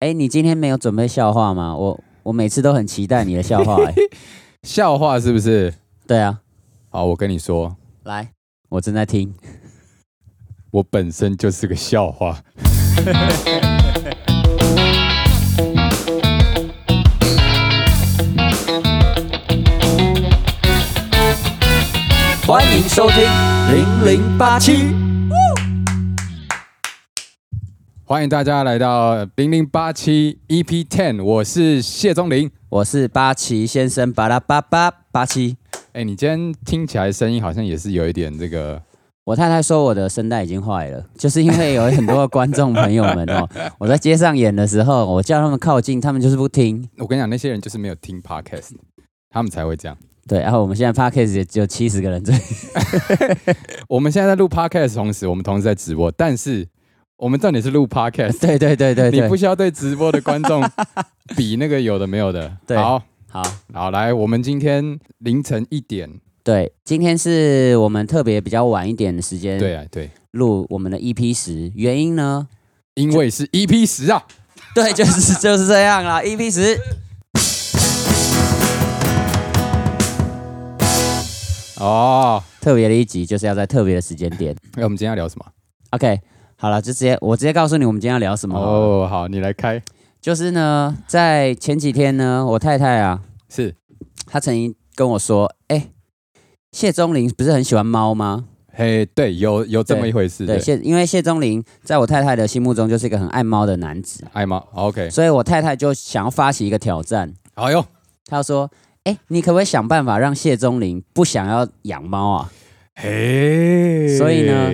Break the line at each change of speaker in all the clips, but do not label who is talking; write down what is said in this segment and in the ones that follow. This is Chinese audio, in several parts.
哎、你今天没有准备笑话吗？我我每次都很期待你的笑 话、哎
笑话是不是？
对啊，
好，我跟你说，
来，我正在听。
我本身就是个笑话。
欢迎收听零零八七。
欢迎大家来到零零八七 EP Ten，我是谢宗林。
我是八旗先生，巴拉巴巴八七。
哎，你今天听起来声音好像也是有一点这个，
我太太说我的声带已经坏了，就是因为有很多的观众朋友们哦，我在街上演的时候，我叫他们靠近，他们就是不听。
我跟你讲，那些人就是没有听 Podcast，他们才会这样。
对，然、后我们现在 podcast 也只有七十个人追，
我们现在在录 Podcast 的同时，我们同时在直播，但是我们重点是录 Podcast，
对对对对
你
对
不，需要对直播的 观众比那个有的没有的。
对
好，
好，
好，来，我们今天凌晨一点，
对，今天是我们特别比较晚一点的时间
对啊，对，
录我们的 EP 十，原因呢？
因为是 EP 十啊，
对，就是就是这样啦，EP 十。
哦，
特别的一集就是要在特别的时间点。
那我们今天要聊什么？
OK，好了，就直接我直接告诉你我们今天要聊什么。哦、
哦，好，你来开，
就是呢，在前几天呢，我太太啊，
是，
她曾经跟我说，哎、谢钟林不是很喜欢猫吗？
嘿，对，有有这么一回事，
对，谢，因为谢钟林在我太太的心目中就是一个很爱猫的男子，啊
爱猫，OK，
所以我太太就想要发起一个挑战，
好哟，
她说。哎，你可不可以想办法让谢钟林不想要养猫啊？
嘿，
所以呢，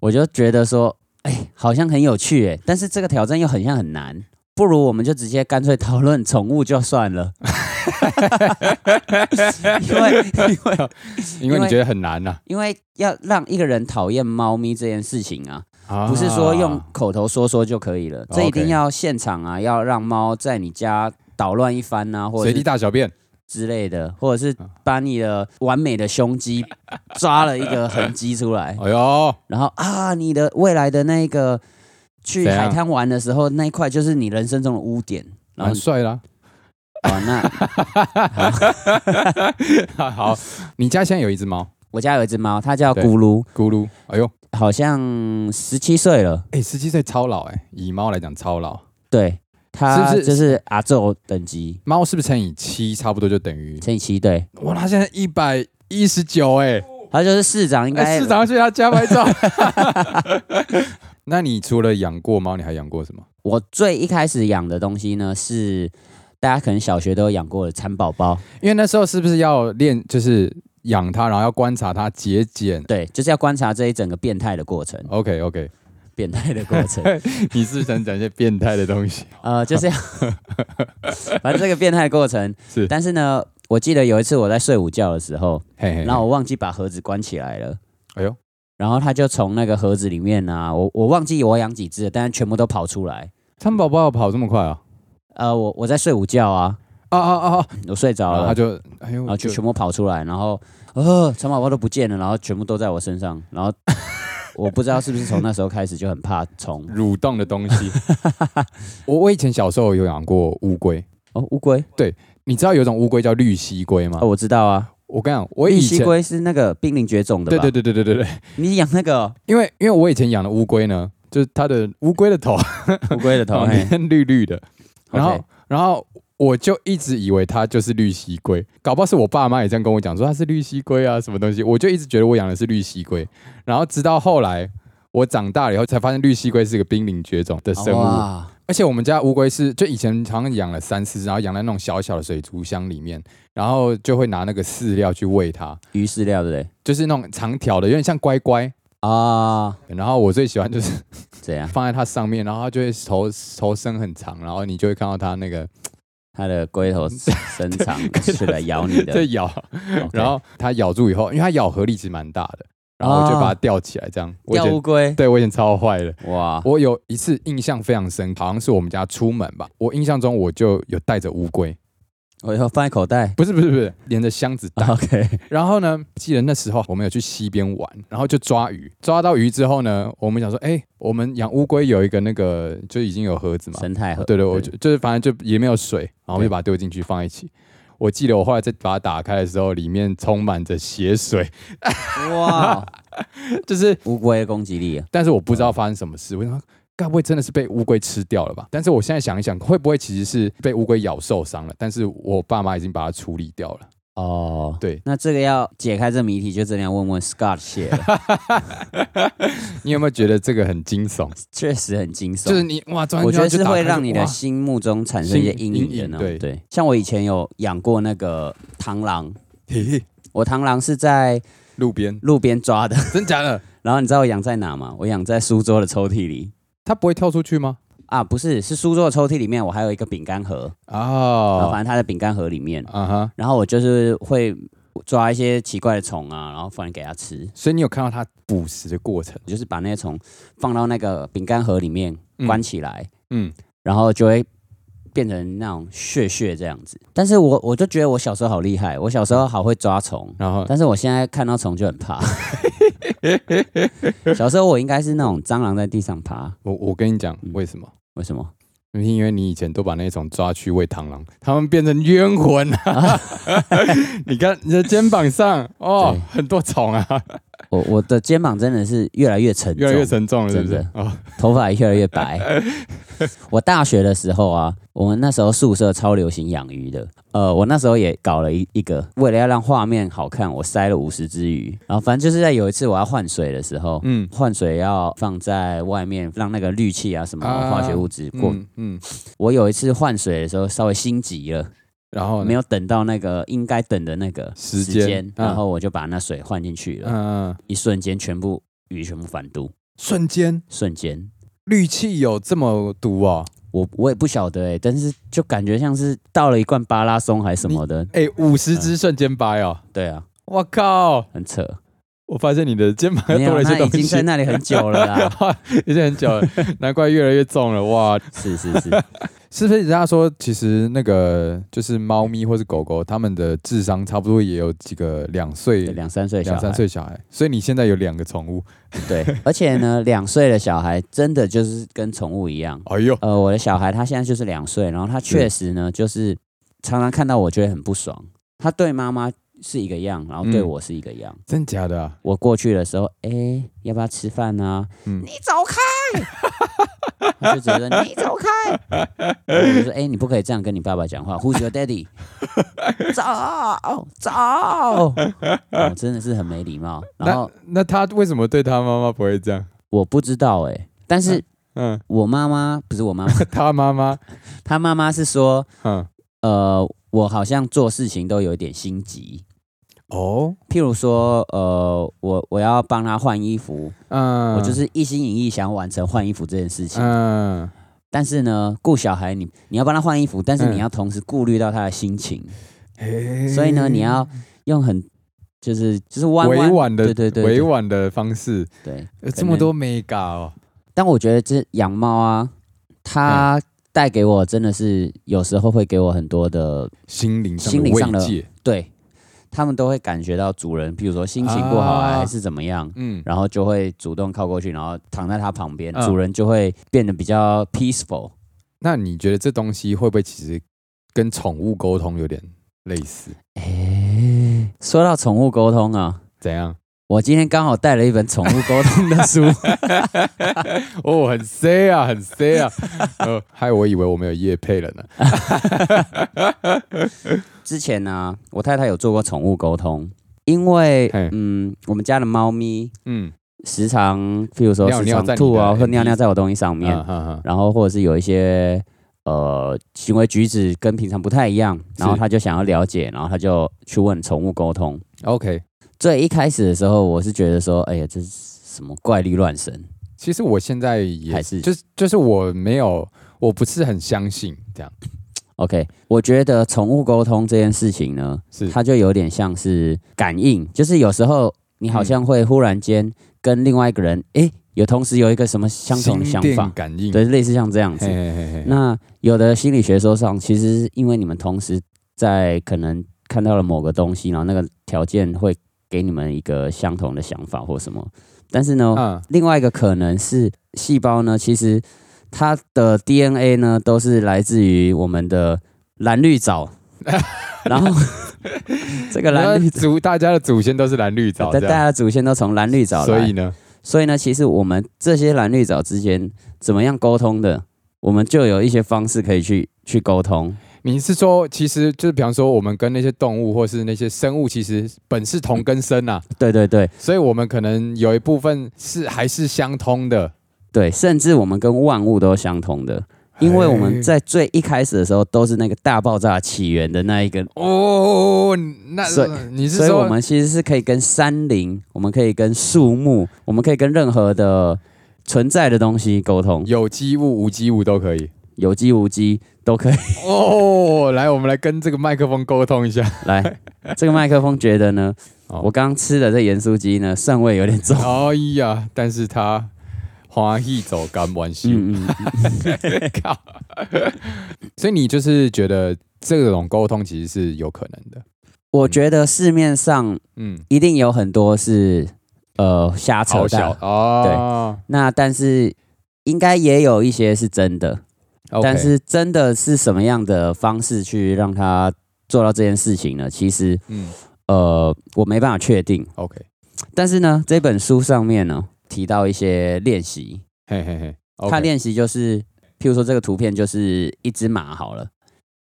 我就觉得说，哎，好像很有趣哎，但是这个挑战又很像很难，不如我们就直接干脆讨论宠物就算了。 因为因为
因为你觉得很难啊呐、
因为要让一个人讨厌猫咪这件事情啊，
啊，哦
不是说用口头说说就可以了，这一定
OK
要现场啊，要让猫在你家捣乱一番 啊，或者
随
是
地大小便，
之类的，或者是
啊
把你的完美的胸肌抓了一个痕迹出来，
哎呦，
然后啊，你的未来的那个去
怎样
海滩玩的时候，那一块就是你人生中的污点。然后
蛮帅 啦。
啊，那
好，你家现在有一只猫，
我家有一只猫，它叫
对
咕噜，
咕噜，哎呦，
好像十七岁了。
哎、十七岁超老哎、以猫来讲超老，
对，它
是不是
就是阿宙等级
猫是不是乘以七差不多就等于？
乘以七，对，
哇，它现在一百一十九哎，
它就是市长应
哎
该
市长要去他家拍照。 那你除了养过猫，你还养过什么？
我最一开始养的东西呢是。大家可能小学都有养过的蚕宝宝，
因为那时候是不是要练，就是养它，然后要观察它节俭
对，就是要观察这一整个变态的过程，
？OK OK，
变态的过程，
你是不是想讲一些变态的东西？
呃，就是 要，反正这个变态的过程
是
但是呢，我记得有一次我在睡午觉的时候，
嘿嘿，
然后我忘记把盒子关起来了，
哎呦，
然后它就从那个盒子里面啊，我我忘记我养几只了，但是全部都跑出来。
蚕宝宝跑这么快啊？
呃，我我在睡午觉啊，
啊啊啊啊！
我睡着
然后
了，
它
然
就哎呦，
后就全部跑出来，然后呃，蚕宝宝都不见了，然后全部都在我身上，然后 我不知道是不是从那时候开始就很怕 虫
蠕动的东 西。我我以前小时候有养过乌龟，
哦，乌龟
你知道有一种乌龟叫绿蜥龟吗？
哦，我知道啊，
我跟你讲，我
绿
以
蜥
前
龟是那个濒临绝种的
对
吧？
对
对，
对对对对对，
你养那个哦
因为因为我以前养的乌龟呢，就是它的乌龟的头，
乌龟的头，
旁
哦嘿
边绿绿的，然后
OK
然后。我就一直以为它就是绿蜥龟，搞不好是我爸妈也这样跟我讲说它是绿蜥龟啊，什么东西，我就一直觉得我养的是绿蜥龟，然后直到后来我长大了以后才发现绿蜥龟是个濒临绝种的生物，
哇，
而且我们家乌龟是，就以前常常养了三四只，然后养在那种小小的水族箱里面，然后就会拿那个饲料去喂它，
鱼饲料对不对？
就是那种长条的，有点像乖乖。
啊，
然后我最喜欢就是
怎样？
放在它上面，然后它就会头头伸很长，然后你就会看到它那个
它的龟头伸长是来咬你的
在，咬，
OK
然后它咬住以后，因为它咬合力其实蛮大的，然后我就把它哦吊起来这样。我以
钓
前
乌龟，
对我以前超坏的，
哇，
我有一次印象非常深，好像是我们家出门吧，我印象中我就有带着乌龟，
我要放在口袋。
不是不是不是，连着箱子 带。
OK，
然后呢，记得那时候我们有去溪边玩，然后就抓鱼，抓到鱼之后呢，我们想说，哎、我们养乌龟有一个那个就已经有盒子嘛，
生态盒。
对对，我就就是反正就也没有水，然后我们就把它丢进去放一起。我记得我后来再把它打开的时候，里面充满着血水，
哇，
就是，
乌龟的攻击力啊，
但是我不知道发生什么事，我想说。该不会真的是被乌龟吃掉了吧？但是我现在想一想，会不会其实是被乌龟咬受伤了？但是我爸妈已经把它处理掉了。
哦，
对，
那这个要解开这谜题，就真的要问问 Scott 写了，
你有没有觉得这个很惊悚？
确实很惊悚。
就是你哇，
我觉得是会让你的
哇
心目中产生一些阴影的
心
呢。
阴影对
对，像我以前有养过那个螳螂，我螳螂是在
路边，
路边抓的，
真假的？
然后你知道我养在哪吗？我养在书桌的抽屉里
它不会跳出去吗？
啊，不是，是书桌的抽屉里面，我还有一个饼干盒，然后
哦，
反正它的饼干盒里面，
啊哈，
然后我就是会抓一些奇怪的虫啊，然后放给它吃，
所以你有看到它捕食的过程，
我就是把那些虫放到那个饼干盒里面
嗯
关起来，
嗯，
然后就会变成那种血血这样子。但是我我就觉得我小时候好厉害，我小时候好会抓虫，
然后
但是我现在看到虫就很 怕。小时候我应该是那种蟑螂在地上爬，
我我跟你讲
嗯
为什么？
为什么？
因为你以前都把那种抓去喂螳螂，它们变成冤魂啊！ 你看你的肩膀上哦，很多虫啊，
我我的肩膀真的是越来越沉重，
越来越沉重了，是不是
真？
哦，
头发也越来越 白。我大学的时候啊，我们那时候宿舍超流行养鱼的。呃，我那时候也搞了一一个，为了要让画面好看，我塞了五十只鱼。然后反正就是在有一次我要换水的时候，
嗯
换水要放在外面，让那个氯气啊什么
啊
化学物质过。
嗯嗯，
我有一次换水的时候稍微心急了，
然后
没
有，
有等到那个应该等的那个
哦时间啊
然后我就把那水换进去了，
嗯，嗯
一瞬间全部鱼全部反肚，
瞬间
瞬间
氯气有这么毒哦？
我我也不晓得哎、但是就感觉像是倒了一罐巴拉松还是什么的，
哎，五十只瞬间掰哦！
对啊，
我靠！
很扯。
我发现你的肩膀
没
多
有，
了一些
他已
东
经
西
在，那里很久了 啦。
已经很久了，难怪越来越重了哇！
是是是，
是不是人家说，其实那个就是猫咪或是狗狗，它们的智商差不多也有几个两岁、
对两三岁小
两
孩，
三岁小孩，所以你现在有两个宠物，
对，而且 呢，两岁的小孩真的就是跟宠物一样。
哎呦，
呃，我的小孩他现在就是两岁，然后他确实
嗯
呢，就是常常看到我觉得很不爽，他对妈妈是一个样，然后对
嗯
我是一个样。
真假的啊？
我过去的时候，哎、要不要吃饭啊？
嗯
你走开！他就直接说你走开。然后我就说，哎、你不可以这样跟你爸爸讲话。Who's your daddy？走走、哦，真的是很没礼貌。然
那
后
那他为什么对他妈妈不会这样？
我不知道哎、但是
嗯，
我妈妈不是我妈妈，
他妈妈，
她妈妈是说，
嗯，
呃，我好像做事情都有一点心急。
哦，
譬如说，呃，我我要帮她换衣服，
嗯，
我就，是一心一意想完成换衣服这件事情。
嗯，
但是呢，顾小孩你你要帮他换衣服，但是
嗯
你要同时顾虑到他的心情，
嘿
所以呢，你要用很就是就是弯
委
弯
婉的，
对对对对
委婉的方式，
对。可
有这么
能
多美感哦，
但我觉得这养猫啊，它带给我真的是有时候会给我很多的
心灵上
心
的
灵上
慰
的
藉，
对，他们都会感觉到主人，比如说心情不好啊，
啊
还是怎么样。
嗯，
然后就会主动靠过去，然后躺在他旁边，
嗯
主人就会变得比较 peaceful。
那你觉得这东西会不会其实跟宠物沟通有点类似？
诶，说到宠物沟通啊，
怎样？
我今天刚好带了一本宠物沟通的书，
哦，很 C 啊，很 C 啊，呃，害我以为我们有业配了呢。
之前呢、我太太有做过宠物沟通，因为
嘿
嗯，我们家的猫咪
嗯，
时常，譬如说
尿
时
尿
常
在你
吐
的
啊，或
MD
尿尿在我东西上面，
啊哈哈，
然后或者是有一些呃行为举止跟平常不太一样，然后
是
她就想要了解，然后她就去问宠物沟通。
OK。
最一开始的时候，我是觉得说，哎呀，这是什么怪力乱神，
其实我现在也
还是
就是就是我没有，我不是很相信这样。
OK，我觉得宠物沟通这件事情呢，
是
它就有点像是感应，就是有时候你好像会忽然间跟另外一个人，诶，有同时有一个什么相同的想
心电
法，
感应，
对，类似像这样
嘿
子。
嘿嘿嘿，
那有的心理学说上，其实是因为你们同时在可能看到了某个东西，然后那个条件会给你们一个相同的想法或什么。但是呢，
嗯，
另外一个可能是细胞呢，其实它的 DNA 呢都是来自于我们的蓝绿 藻，然后这个蓝
然后
绿藻，
祖大家的祖先都是蓝绿藻
大
这样，
家的祖先都从蓝绿藻来，
所以呢，
所以呢，其实我们这些蓝绿藻之间怎么样沟通的，我们就有一些方式可以去去沟通。
你是说，其实就是比方说，我们跟那些动物或是那些生物，其实本是同根生呐、
对对对
所以我们可能有一部分是还是相通的，
对，甚至我们跟万物都相通的，因为我们在最一开始的时候都是那个大爆炸起源的那一个
嘿哦，那
所以
你是
所以
说
我们其实是可以跟山林，我们可以跟树木，我们可以跟任何的存在的东西沟通，
有机物、无机物都可以？
有机无机都可以。
哦，来，我们来跟这个麦克风沟通一下。
来，这个麦克风觉得呢，
哦
我刚刚吃的这盐酥鸡呢，蒜味有点重。
哎呀，但是他欢喜走干完心，
嗯嗯，
靠！所以你就是觉得这种沟通其实是有可能的，
我觉得市面上
嗯，
一定有很多是呃瞎扯
好小
淡，
哦，
那但是应该也有一些是真的。
对
但是真的是什么样的方式去让他做到这件事情呢？其实，
嗯
呃，我没办法确定。
OK，
但是呢，这本书上面呢提到一些练习，
嘿嘿嘿，
它练习就是，譬如说这个图片就是一只马好了，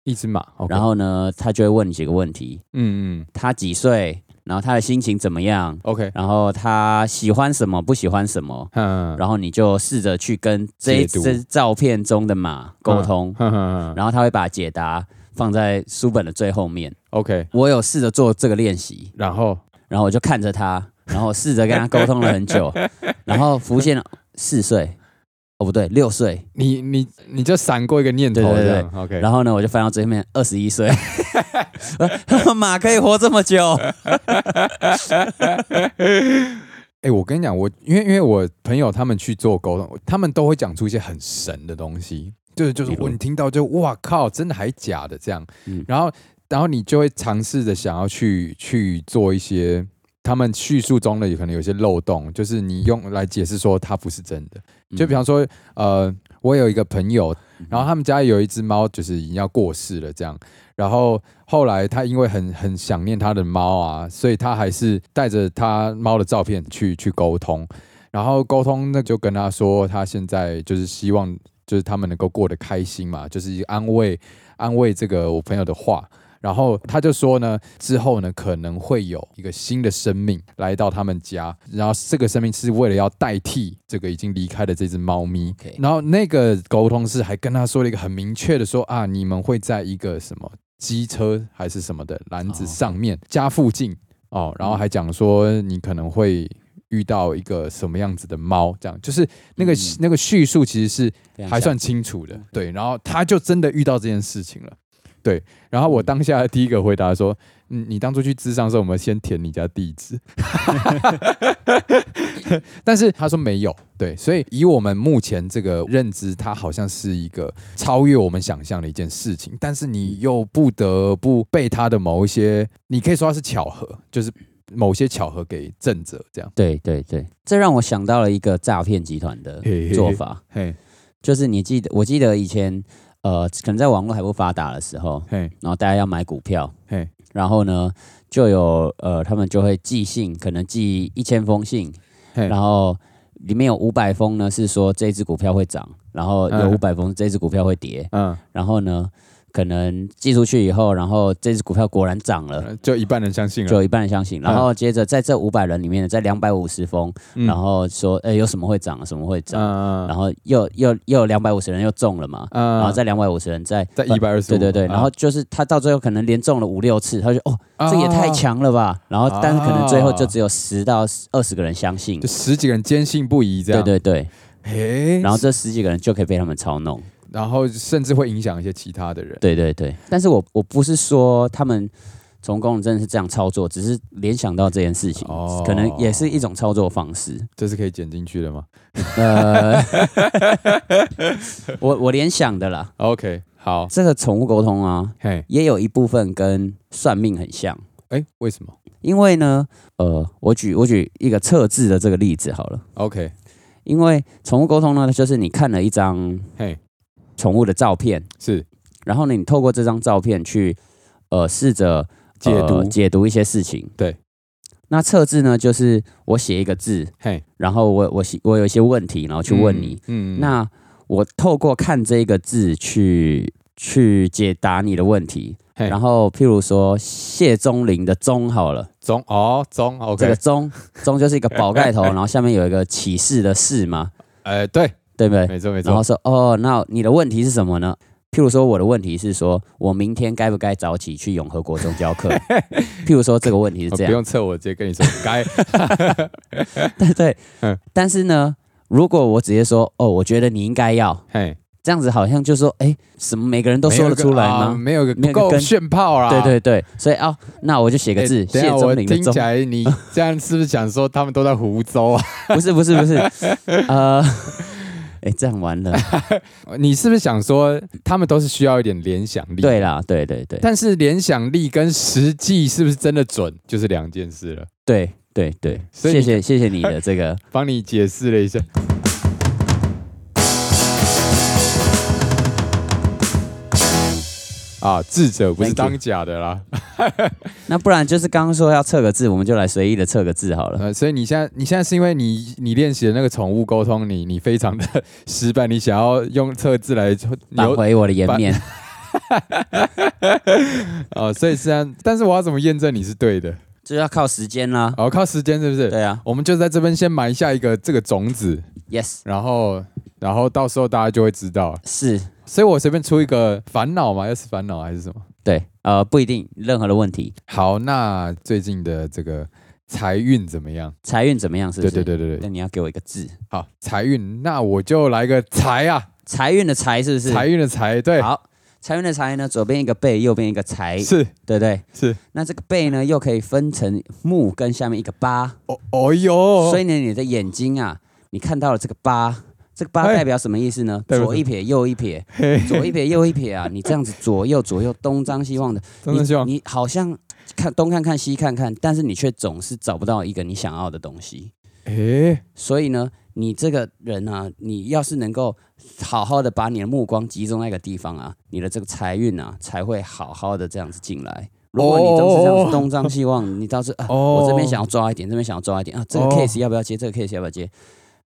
一只马，OK，
然后呢，他就会问你几个问题：
嗯嗯
他几岁？然后他的心情怎么样？
，OK，
然后他喜欢什么？不喜欢什么？
嗯，
然后你就试着去跟这
解读嗯
这照片中的马沟通，
哼哼哼
然后他会把解答放在书本的最后面。
，OK，
我有试着做这个练习，
然后
然后我就看着他，然后试着跟他沟通了很 久，然后浮现了四岁，哦不对，六岁，
你你你就闪过一个念头
对对
这样，OK，
然后呢我就翻到最后面二十一 岁， 马可以活这么久，
哎，我跟你讲，我因为因为我朋友他们去做沟通，他们都会讲出一些很神的东西，就是就是
比如
我你听到就哇靠，真的还假的这样，
嗯
然后然后你就会尝试着想要去去做一些。他们叙述中的有可能有些漏洞，就是你用来解释说它不是真的。就比方说，呃，我有一个朋友，然后他们家有一只猫，就是已经要过世了这样。然后后来他因为很很想念他的猫啊，所以他还是带着他猫的照片去去沟通。然后沟通那就跟他说，他现在就是希望就是他们能够过得开心嘛，就是安慰安慰这个我朋友的话。然后他就说呢，之后呢可能会有一个新的生命来到他们家，然后这个生命是为了要代替这个已经离开的这只猫咪。
嗯 OK
然后那个沟通师还跟他说了一个很明确的说啊，你们会在一个什么机车还是什么的篮
哦
子上面、家附近哦，然后还讲说你可能会遇到一个什么样子的猫，这样就是那个、
嗯
那个叙述其实是
非常
还
像
算清楚的，对。然后他就真的遇到这件事情了，对。然后我当下第一个回答说：“嗯，你当初去智商的时候，我们先填你家地址。” 但是他说没有，对。所以以我们目前这个认知，它好像是一个超越我们想象的一件事情，但是你又不得不被他的某一些，你可以说它是巧合，就是某些巧合给震着这样。
对对对，这让我想到了一个诈骗集团的
嘿嘿
做法，
嘿，
就是你记得，我记得以前呃，可能在网络还不发达的时候，
嘿，
然后大家要买股票，
嘿，
然后呢，就有呃，他们就会寄信，可能寄一千封信，
嘿
然后里面有五百封呢是说这只股票会涨，然后有
嗯
五百封这只股票会跌，
嗯，
然后呢，可能寄出去以后，然后这只股票果然涨了。
呃就一半人相信
就
了，
有一半人相信，然后接着在这五百人里面呢，在两百五十封，
嗯
然后说，哎、有什么会涨，什么会涨，
嗯
然后又又又两百五十人又中了嘛，
嗯
然后再两百五十人再
在一百二十
啊对
啊
对对，然后就是他到最后可能连中了五六次，他就哦，这也太，
啊
强了吧！然后
啊，
但是可能最后就只有十到二十个人相信
就，十几个人坚信不疑这
对
样，
对对，
对
然后这十几个人就可以被他们操弄，
然后甚至会影响一些其他的人，
对对对。但是我我不是说他们虫工人真的是这样操作，只是联想到这件事情，
哦
可能也是一种操作方式。
这是可以剪进去的吗
呃， 我我联想的啦，
？OK，好，
这个宠物沟通啊，
嘿，
也有一部分跟算命很像，
哎，为什么
因为呢，呃，我举我举一个测字的这个例子好了，
？OK，
因为宠物沟通呢，就是你看了一张
嘿，
宠物的照片，
是
然后呢，你透过这张照片去呃试着
解
呃
读，
解读一些事情。
对，
那测字呢，就是我写一个字，
嘿，
然后我我写我有一些问题，然后去问你。
嗯，嗯，嗯
那我透过看这个字去去解答你的问题。
嘿
然后，譬如说谢钟林的钟好了，
中哦中
这个
，OK，
钟钟就是一个宝 盖头，然后下面有一个启示的示嘛，
哎，对，
对不对？
没错没
然后
错，
说哦，那你的问题是什么呢？譬如说我的问题是说我明天该不该早起去永和国中教 课？譬如说这个问题是
哦
这
不
样，
用测，我直接跟 你说，该
对对
嗯。
但是呢，如果我直接说哦，我觉得你应该要
嘿，
这样子，好像就说哎，什么每个人都说得出来吗？
没有一个啊没
没有
有一个
一个
够
根
炫炮啦，
对对对，所以哦，那我就写个字，
哎等一
谢
下
钟
我
林的
听
钟
起，来你这样是不是想说他们都在湖州啊？
不是不是不 是，呃， 哎，这样完了，
你是不是想说他们都是需要一点联想力？
对，啦，对对对
但是联想力跟实际是不是真的准，就是两件事了。
对对对，
所以你
谢谢谢谢你的这个。
帮你解释了一下。啊，智者不是
Thank you
当假的啦。
那不然就是刚刚说要测个字，我们就来随意的测个字好了。
呃，所以你现在，你现在是因为你你练习的那个宠物沟通，你你非常的 失败，你想要用测字来
挽
留
回我的颜 面，
啊，所以是啊，但是我要怎么验证你是对的？
就要靠时间啦。
哦，靠时间是不是？
对啊
我们就在这边先埋下一个这个种子，
，yes，
然后然后到时候大家就会知道。
是，
所以我随便出一个烦恼嘛，要是烦恼还是什么？
对，呃，不一定，任何的问题，
好，那最近的这个财运怎么样？
财运怎么样？是不
对
是？
对
对。
对对对
那，你要给我一个字，
好，财运，那我就来个财啊，
财运的财是不是？
财运的财，对，
好，财运的财呢，左边一个贝，右边一个财，
是
对不对？
是，
那这个贝呢，又可以分成木跟下面一个八，
哦哦哟，
所以呢，你的眼睛啊，你看到了这个八。这个八
哎
代表什么意思呢？
代表
左一撇，右一撇，
嘿
左一撇，右一撇啊！你这样子左右左右东张西 望的，
真的希望
你你好像看东看看西看看，但是你却总是找不到一个你想要的东西。
诶，
所以呢，你这个人啊，你要是能够好好的把你的目光集中在一个地方啊，你的这个财运啊才会好好的这样子进来。如果你都是这样
哦
子东张西望，你倒是啊，
哦
我这边想要抓一点，这边想要抓一点啊，这个
哦
case 要不要接？这个 case 要不要接？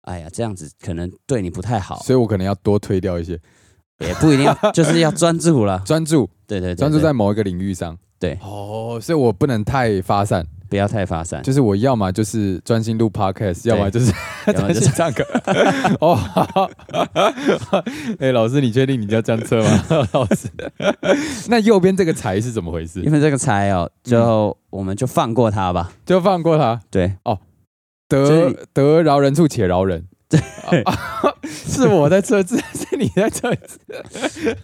哎呀，这样子可能对你不太好，
所以我可能要多推掉一些，
也不一定要，就是要专注了。
专注
对对对对，
专注在某一个领域上，
对
哦，所以我不能太发散，
不要太发散，
就是我要么就是专心录 podcast，
对
要么就是
要么
专
就
心唱歌。哦， 好哎、老师，你确定你要这样测吗？ 老师，那右边这个财是怎么回事
因？为这个财哦，
嗯
就我们就放过他吧。
就放过他，
对，所
得
以
得饶人处且饶人。对、 是我在测字，是你在测字。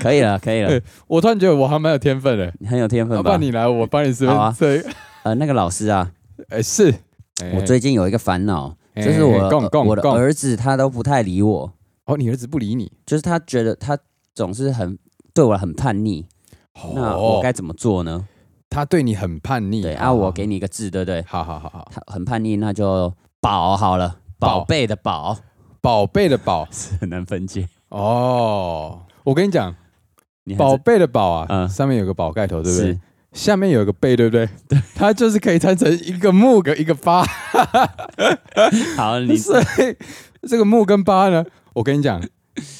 可以 了，可以了，
我突然觉得我还蛮有天分的，
你很有天
要、
分
不
吧
然？你来，我帮你随
好啊
便测一个。
呃，那个老师啊，
哎、是，哎
我最近有一个烦恼，
哎
就是我
共共
我的
共
儿子他都不太理我，
哦，你儿子不理你。
就是他觉得他总是很对我很叛逆，那我
哦
该怎么做呢？
他对你很叛逆。
对
好
啊，
好
我给你一个字，对不对？
好好好好，
他很叛逆，那就宝好了，
宝
宝贝的宝
宝贝的宝
是很难分解。
哦，我跟你讲，
你还
宝
是
贝的宝啊，
嗯
上面有个宝盖头，对不对
是？
下面有一个贝，对不对？对，它就是可以拆成一个木跟一个 八，
好，你
所以这个木跟八呢，我跟你讲，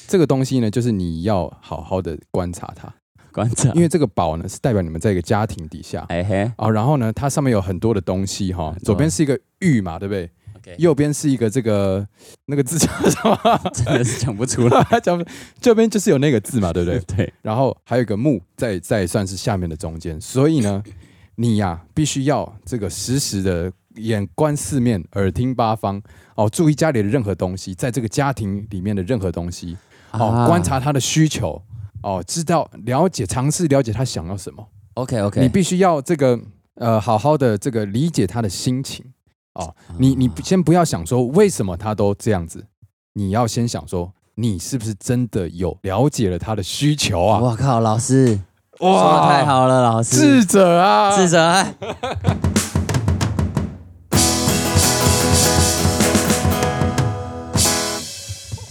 这个东西呢，就是你要好好的观察它，
观察，
因为这个宝呢是代表你们在一个家庭底下。
哎嘿
啊、然后呢，它上面有很多的东西哈、
很多
左边是一个玉嘛，对不
嗯
对？
，OK，
右边是一个这个那个字叫什么？
真的是讲不出来，
讲不这边就是有那个字嘛，对不对？
对，
然后还有一个木在在算是下面的中间，所 以呢，你呀、必须要这个时时的眼观四面，耳听八方，哦，注意家里的任何东西，在这个家庭里面的任何东西，哦，
啊
观察他的需求，哦，知道了解，尝试了解他想要什么。
OK
你
OK，
必须要这个呃，好好的这个理解他的心情。哦
啊
你你先不要想说为什么他都这样子，你要先想说你是不是真的有了解了他的需求啊？
我靠，老师说的太，好了，老师
智者啊，
智者哎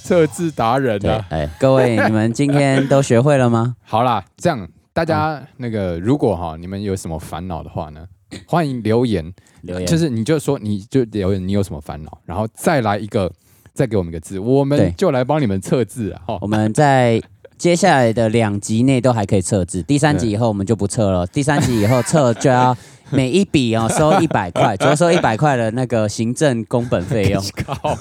测字达人
对
啊。
哎，各位你们今天都学会了吗？
好啦，这样大
嗯
家那个如果哈你们有什么烦恼的话呢，欢迎留言，
留言
就是你就说你就留言你有什么烦恼，然后再来一个。再给我们一个字，我
对哦
们就来帮你们测字啊！哈
我，们在接下来的两集内都还可以测字，第三集以后我们就不测了。第三集以后测就要每一笔哦 收一百块，只要收一百块的那个行政工本费 用。
靠！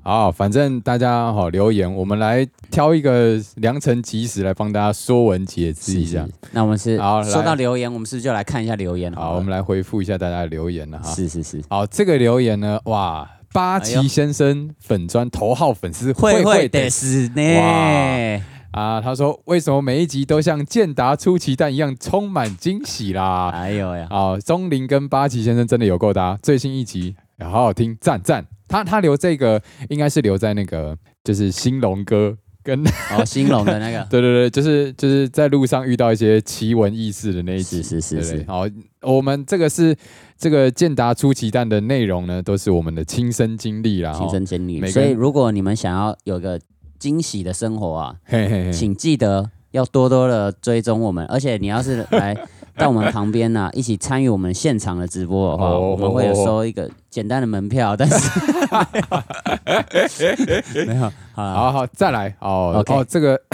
好，反正大家好留言，我们来挑一个良辰吉时来帮大家说文解字一下。
是，那我们是
好来
收到留言，我们是不是就来看一下留言好
好，
了？
我们来回复一下大家的留言啊了哈。
是是是，
好，这个留言呢，哇，八
哎
旗
呦
先生粉砖头号粉丝
会会得
得
是
哇
呢。
啊，他说为什么每一集都像健达出奇蛋一样充满惊喜啦？
哎呦呀，
啊，钟林跟八旗先生真的有够搭，最新一集好好听，赞赞。他他留这个应该是留在那个就是兴隆哥跟，
哦，兴隆的那个
对对对，就是就是在路上遇到一些奇闻异事的那一集，
是是是
对不对
是，
好，我们这个是这个健达出奇蛋的内容呢，都是我们的亲身经历啦。
亲
哦
身经历。
每个
所
人
以如果你们想要有个惊喜的生活啊，
嘿嘿嘿，
请记得要多多的追踪我们，而且你要是来到我们旁边呢、一起参与我们现场的直播的话，
哦
我们会有收一个简单的门票，但是 没有好了
好好再来哦
OK
哦，这个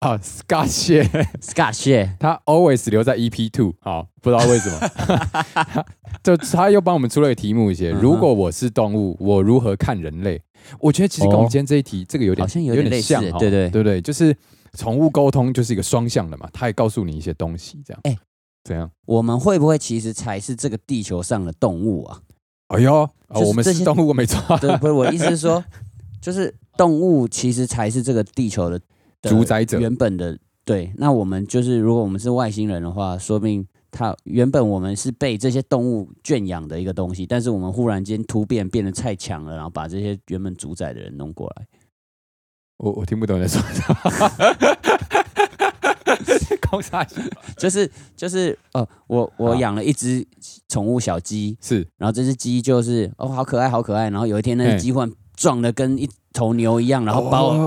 啊，Scott 谢
，Scott 谢
他 always 留在 EP two，好，不知道为什么， 就他又帮我们出了一个题目，写
嗯哼
如果我是动物，我如何看人类？我觉得其实跟我们
哦
今天这一题，这个有点
好像有点
点
类似
像
欸
哦，
对对
对不对？就是宠物沟通就是一个双向的嘛，它也告诉你一些东西，这样，
哎
怎样？
我们会不会其实才是这个地球上的动物啊？
哎呦，
就
哦
是
我们
这
是
些
动物，我没错，
对，不是我意思是 说，就是动物其实才是这个地球的的
主宰者
原本的对。那我们就是，如果我们是外星人的话，说明它原本我们是被这些动物圈养的一个东西，但是我们忽然间突变变得太强了，然后把这些原本主宰的人弄过来。
我我听不懂你在说什 么。空啥笑？
就是就是呃，我我
好
养了一只宠物小鸡，
是
然后这只鸡就是哦好可爱好可爱，然后有一天那
嘿
只鸡忽然撞的跟一头牛一样，然后把我硬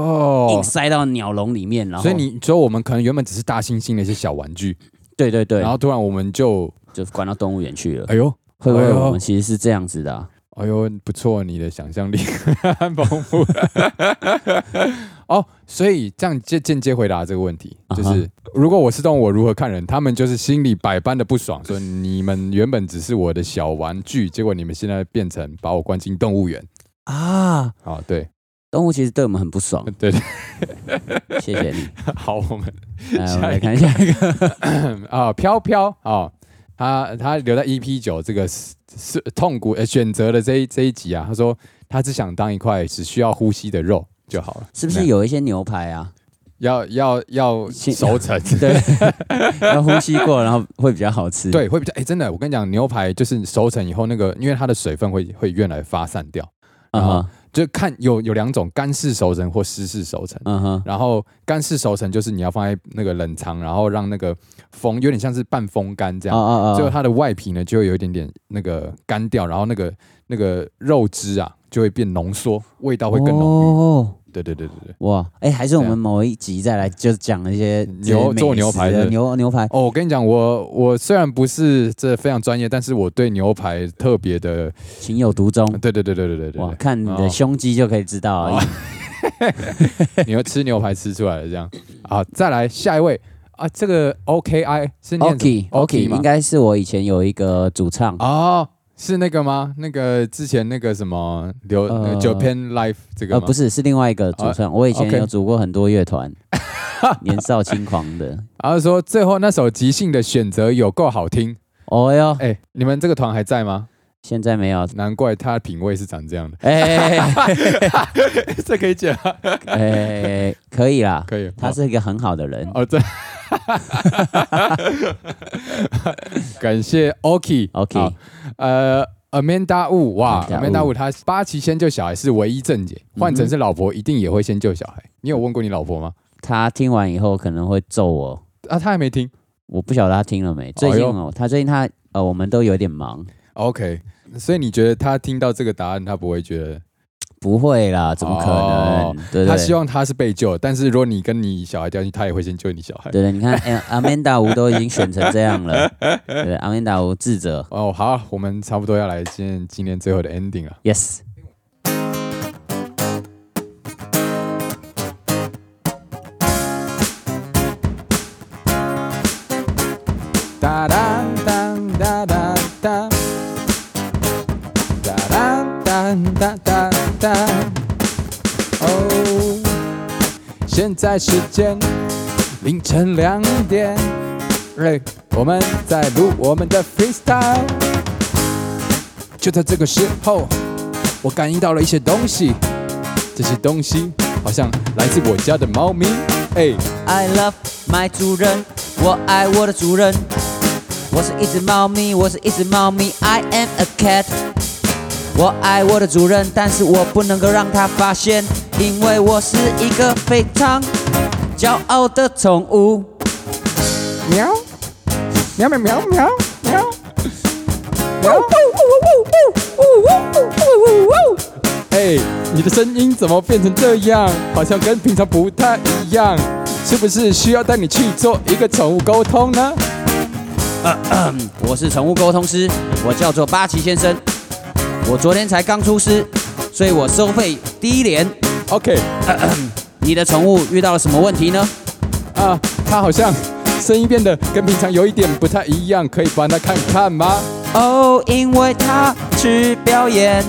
哦，
塞到鸟笼里面，然后
所以你说我们可能原本只是大猩猩的一些小玩具，
对对对，
然后突然我们就
就关到动物园去了。
哎呦
会不
哎
会
呦
我们其实是这样子的啊、
哎呦，不错，你的想象力 很丰富。哦，所以这样间间接回答这个问题，
啊哈
就是如果我是动物，我如何看人？他们就是心里百般的不爽，说你们原本只是我的小玩具，结果你们现在变成把我关进动物园。
啊，
哦，对。
动物其实对我们很不爽
对 对，
谢谢 你。
好，我们
来，我们
下
来
一个
看一下一个
啊，飘飘啊，他他留在 EP 九这个是是痛苦呃选择的这一这一集啊，他说他只想当一块只需要呼吸的肉就好了，
是不是有一些牛排啊？
要要要
先
熟成？
对， 要呼吸过，然后会比较好吃。，
对，会比较哎、真的，我跟你讲，牛排就是熟成以后，那个因为它的水分会会越来越发散掉，
嗯哼，
就看有有两种干式熟成或湿式熟成。
嗯哼，
然后干式熟成就是你要放在那个冷藏，然后让那个风有点像是半风干这
哦
样，
哦
最后
哦，
它的外皮呢就会有一点点那个干掉，然后那个那个肉汁啊就会变浓缩，味道会更浓郁。
哦，
对对对对对。
哇，哎，还是我们
这样
某一集再来就讲一些
牛
美
做牛
食
排
的
的
牛牛排。
哦，我跟你讲，我我虽然不是这非常专业，但是我对牛排特别的，
情有独钟。
嗯对对对对对对对
哇，
对，
看你的
哦
胸肌就可以知道啊。
你要吃牛排吃出来的这样。 好，再来下一位啊，这个 OKI 是念
OK OK，
吗
应？该是我以前有一个主唱，
哦，是那个吗？那个之前那个什么流、那
呃
个 Japan Life 这个
呃，
吗？哦
不是，是另外一个主唱。我以前
OK
有组过很多乐团， 年少轻狂的。
然后说最后那首即兴的选择有够好听，
哦哟，
哎、你们这个团还在吗？
现在没有。哎
难怪
。
他 品味是长这样的
哎哎
这可以讲。
哎哎，可以啦，
可以。
他是一个很好的人。
哦，这 感谢 Oki。
OK，
好呃，Amanda Wu，哇
Amanda
，Amanda
Wu
Wu 她八旗先救小孩是唯一正解，换成是老婆一定也会先救小孩。你有问过你老婆吗？
他听完以后可能会揍我，
啊，她还没听。
我不晓得他听了没。最近哦，他最近他呃，我们都有点忙。
OK，所以你觉得她听到这个答案，她不会觉得？
不会啦，怎么可
哦
能？对不
她
对？
希望她是被救，但是如果你跟你小孩掉进去，她也会先救你小孩。
对的，你看，哎、阿曼达吴都已经选成这样 了，对，阿曼达吴智者
哦，好，我们差不多要来今天今天最后的 ending 了。
，yes，
哒哒哒哒哒哒，哒哒哒哒哒哒。哦，现在时间凌晨两点，哎，我们在录我们的 freestyle。就在这个时候，我感应到了一些东西，这些东西好像来自我家的猫咪，哎。
I love my 主人，我爱我的主人。我是一只猫咪，我是一只猫咪，I am a cat。我爱我的主人，但是我不能够让他发现，因为我是一个非常骄傲的宠物。
喵，喵喵喵喵喵。哎，你的声音怎么变成这样？好像跟平常不太一样，是不是需要带你去做一个宠物沟通呢？
我是宠物沟通师，我叫做八旗先生。我昨天才刚出师，所以我收费低廉。
OK，
你的宠物遇到了什么问题呢？
啊，它好像声音变得跟平常有一点不太一样，可以帮它看看吗？
哦，因为他去表演，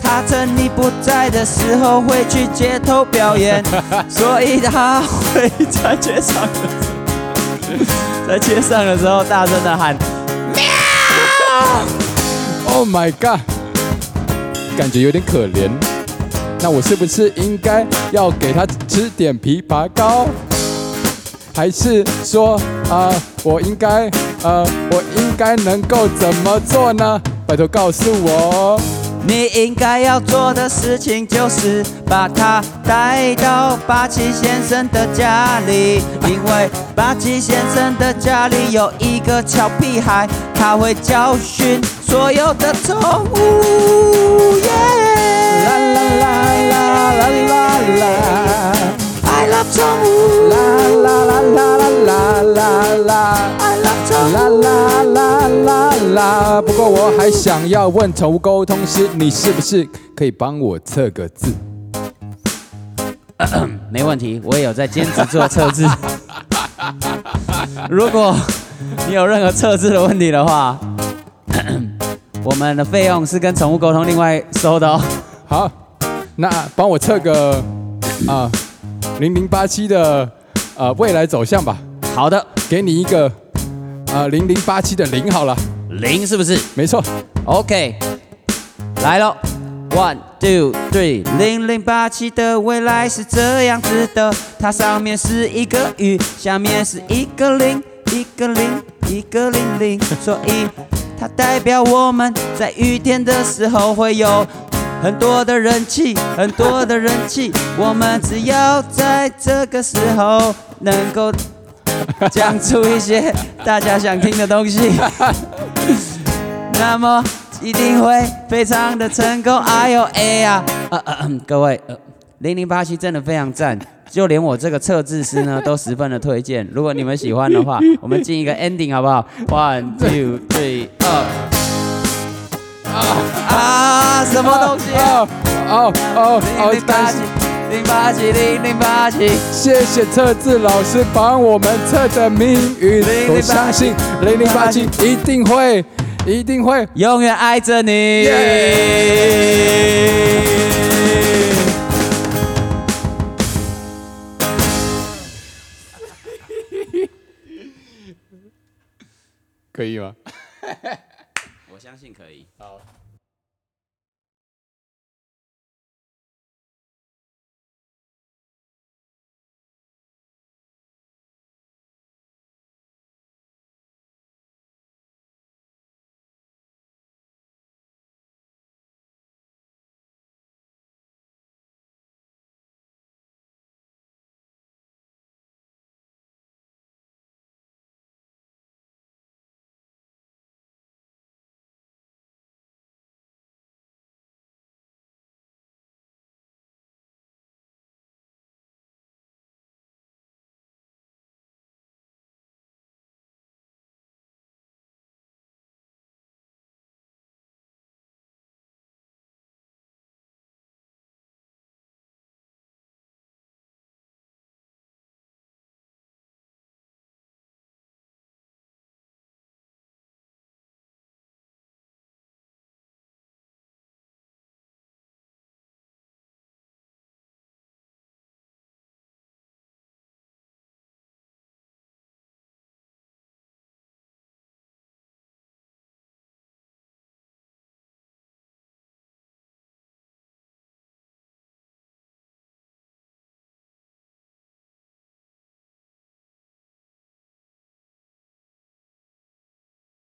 他趁你不在的时候会去街头表演，所以他会在街上的时候，在街上的时候大声的喊。
Oh my god，感觉有点可怜。那我是不是应该要给他吃点枇杷膏？还是说啊、我应该呃，我应该能够怎么做呢？拜托告诉我。
你应该要做的事情就是把它带到八旗先生的家里，因为八旗先生的家里有一个小屁孩，他会教训所有的宠物。耶！
啦啦啦啦啦啦啦
，I love 宠物
啦啦啦啦啦啦啦。
，I love 宠物
啦啦啦啦啦！不过我还想要问宠物沟通师，你是不是可以帮我测个字？
没问题，我也有在兼职做测字。 如果你有任何测字的问题的话， 我们的费用是跟宠物沟通另外收的哦。
好，那帮我测个啊零零八七的呃未来走向吧，
好的，
给你一个啊零零八七的零好了，
零是不是
没错。
？OK，来喽，One two three，零零八七的未来是这样子的，它上面是一个雨，下面是一个零，一个零，一个零零，所以它代表我们在雨天的时候会有。很多的人气，很多的人气，我们只要在这个时候能够讲出一些大家想听的东西。那么一定会非常的成功。哎呦哎呀，呃呃咳各位，零零八七真的非常赞，就连我这个测字师呢都十分的推荐。如果你们喜欢的话，我们进一个 ending 好不好？One two three，二。啊！什么东西啊？
哦哦
零
哦哦
零！八七
但是，
零八七，零零八七。
谢谢测字老师帮我们测的命运，我相信零零八七一定会一定会
永远爱着你。
可以吗？
我相信可以。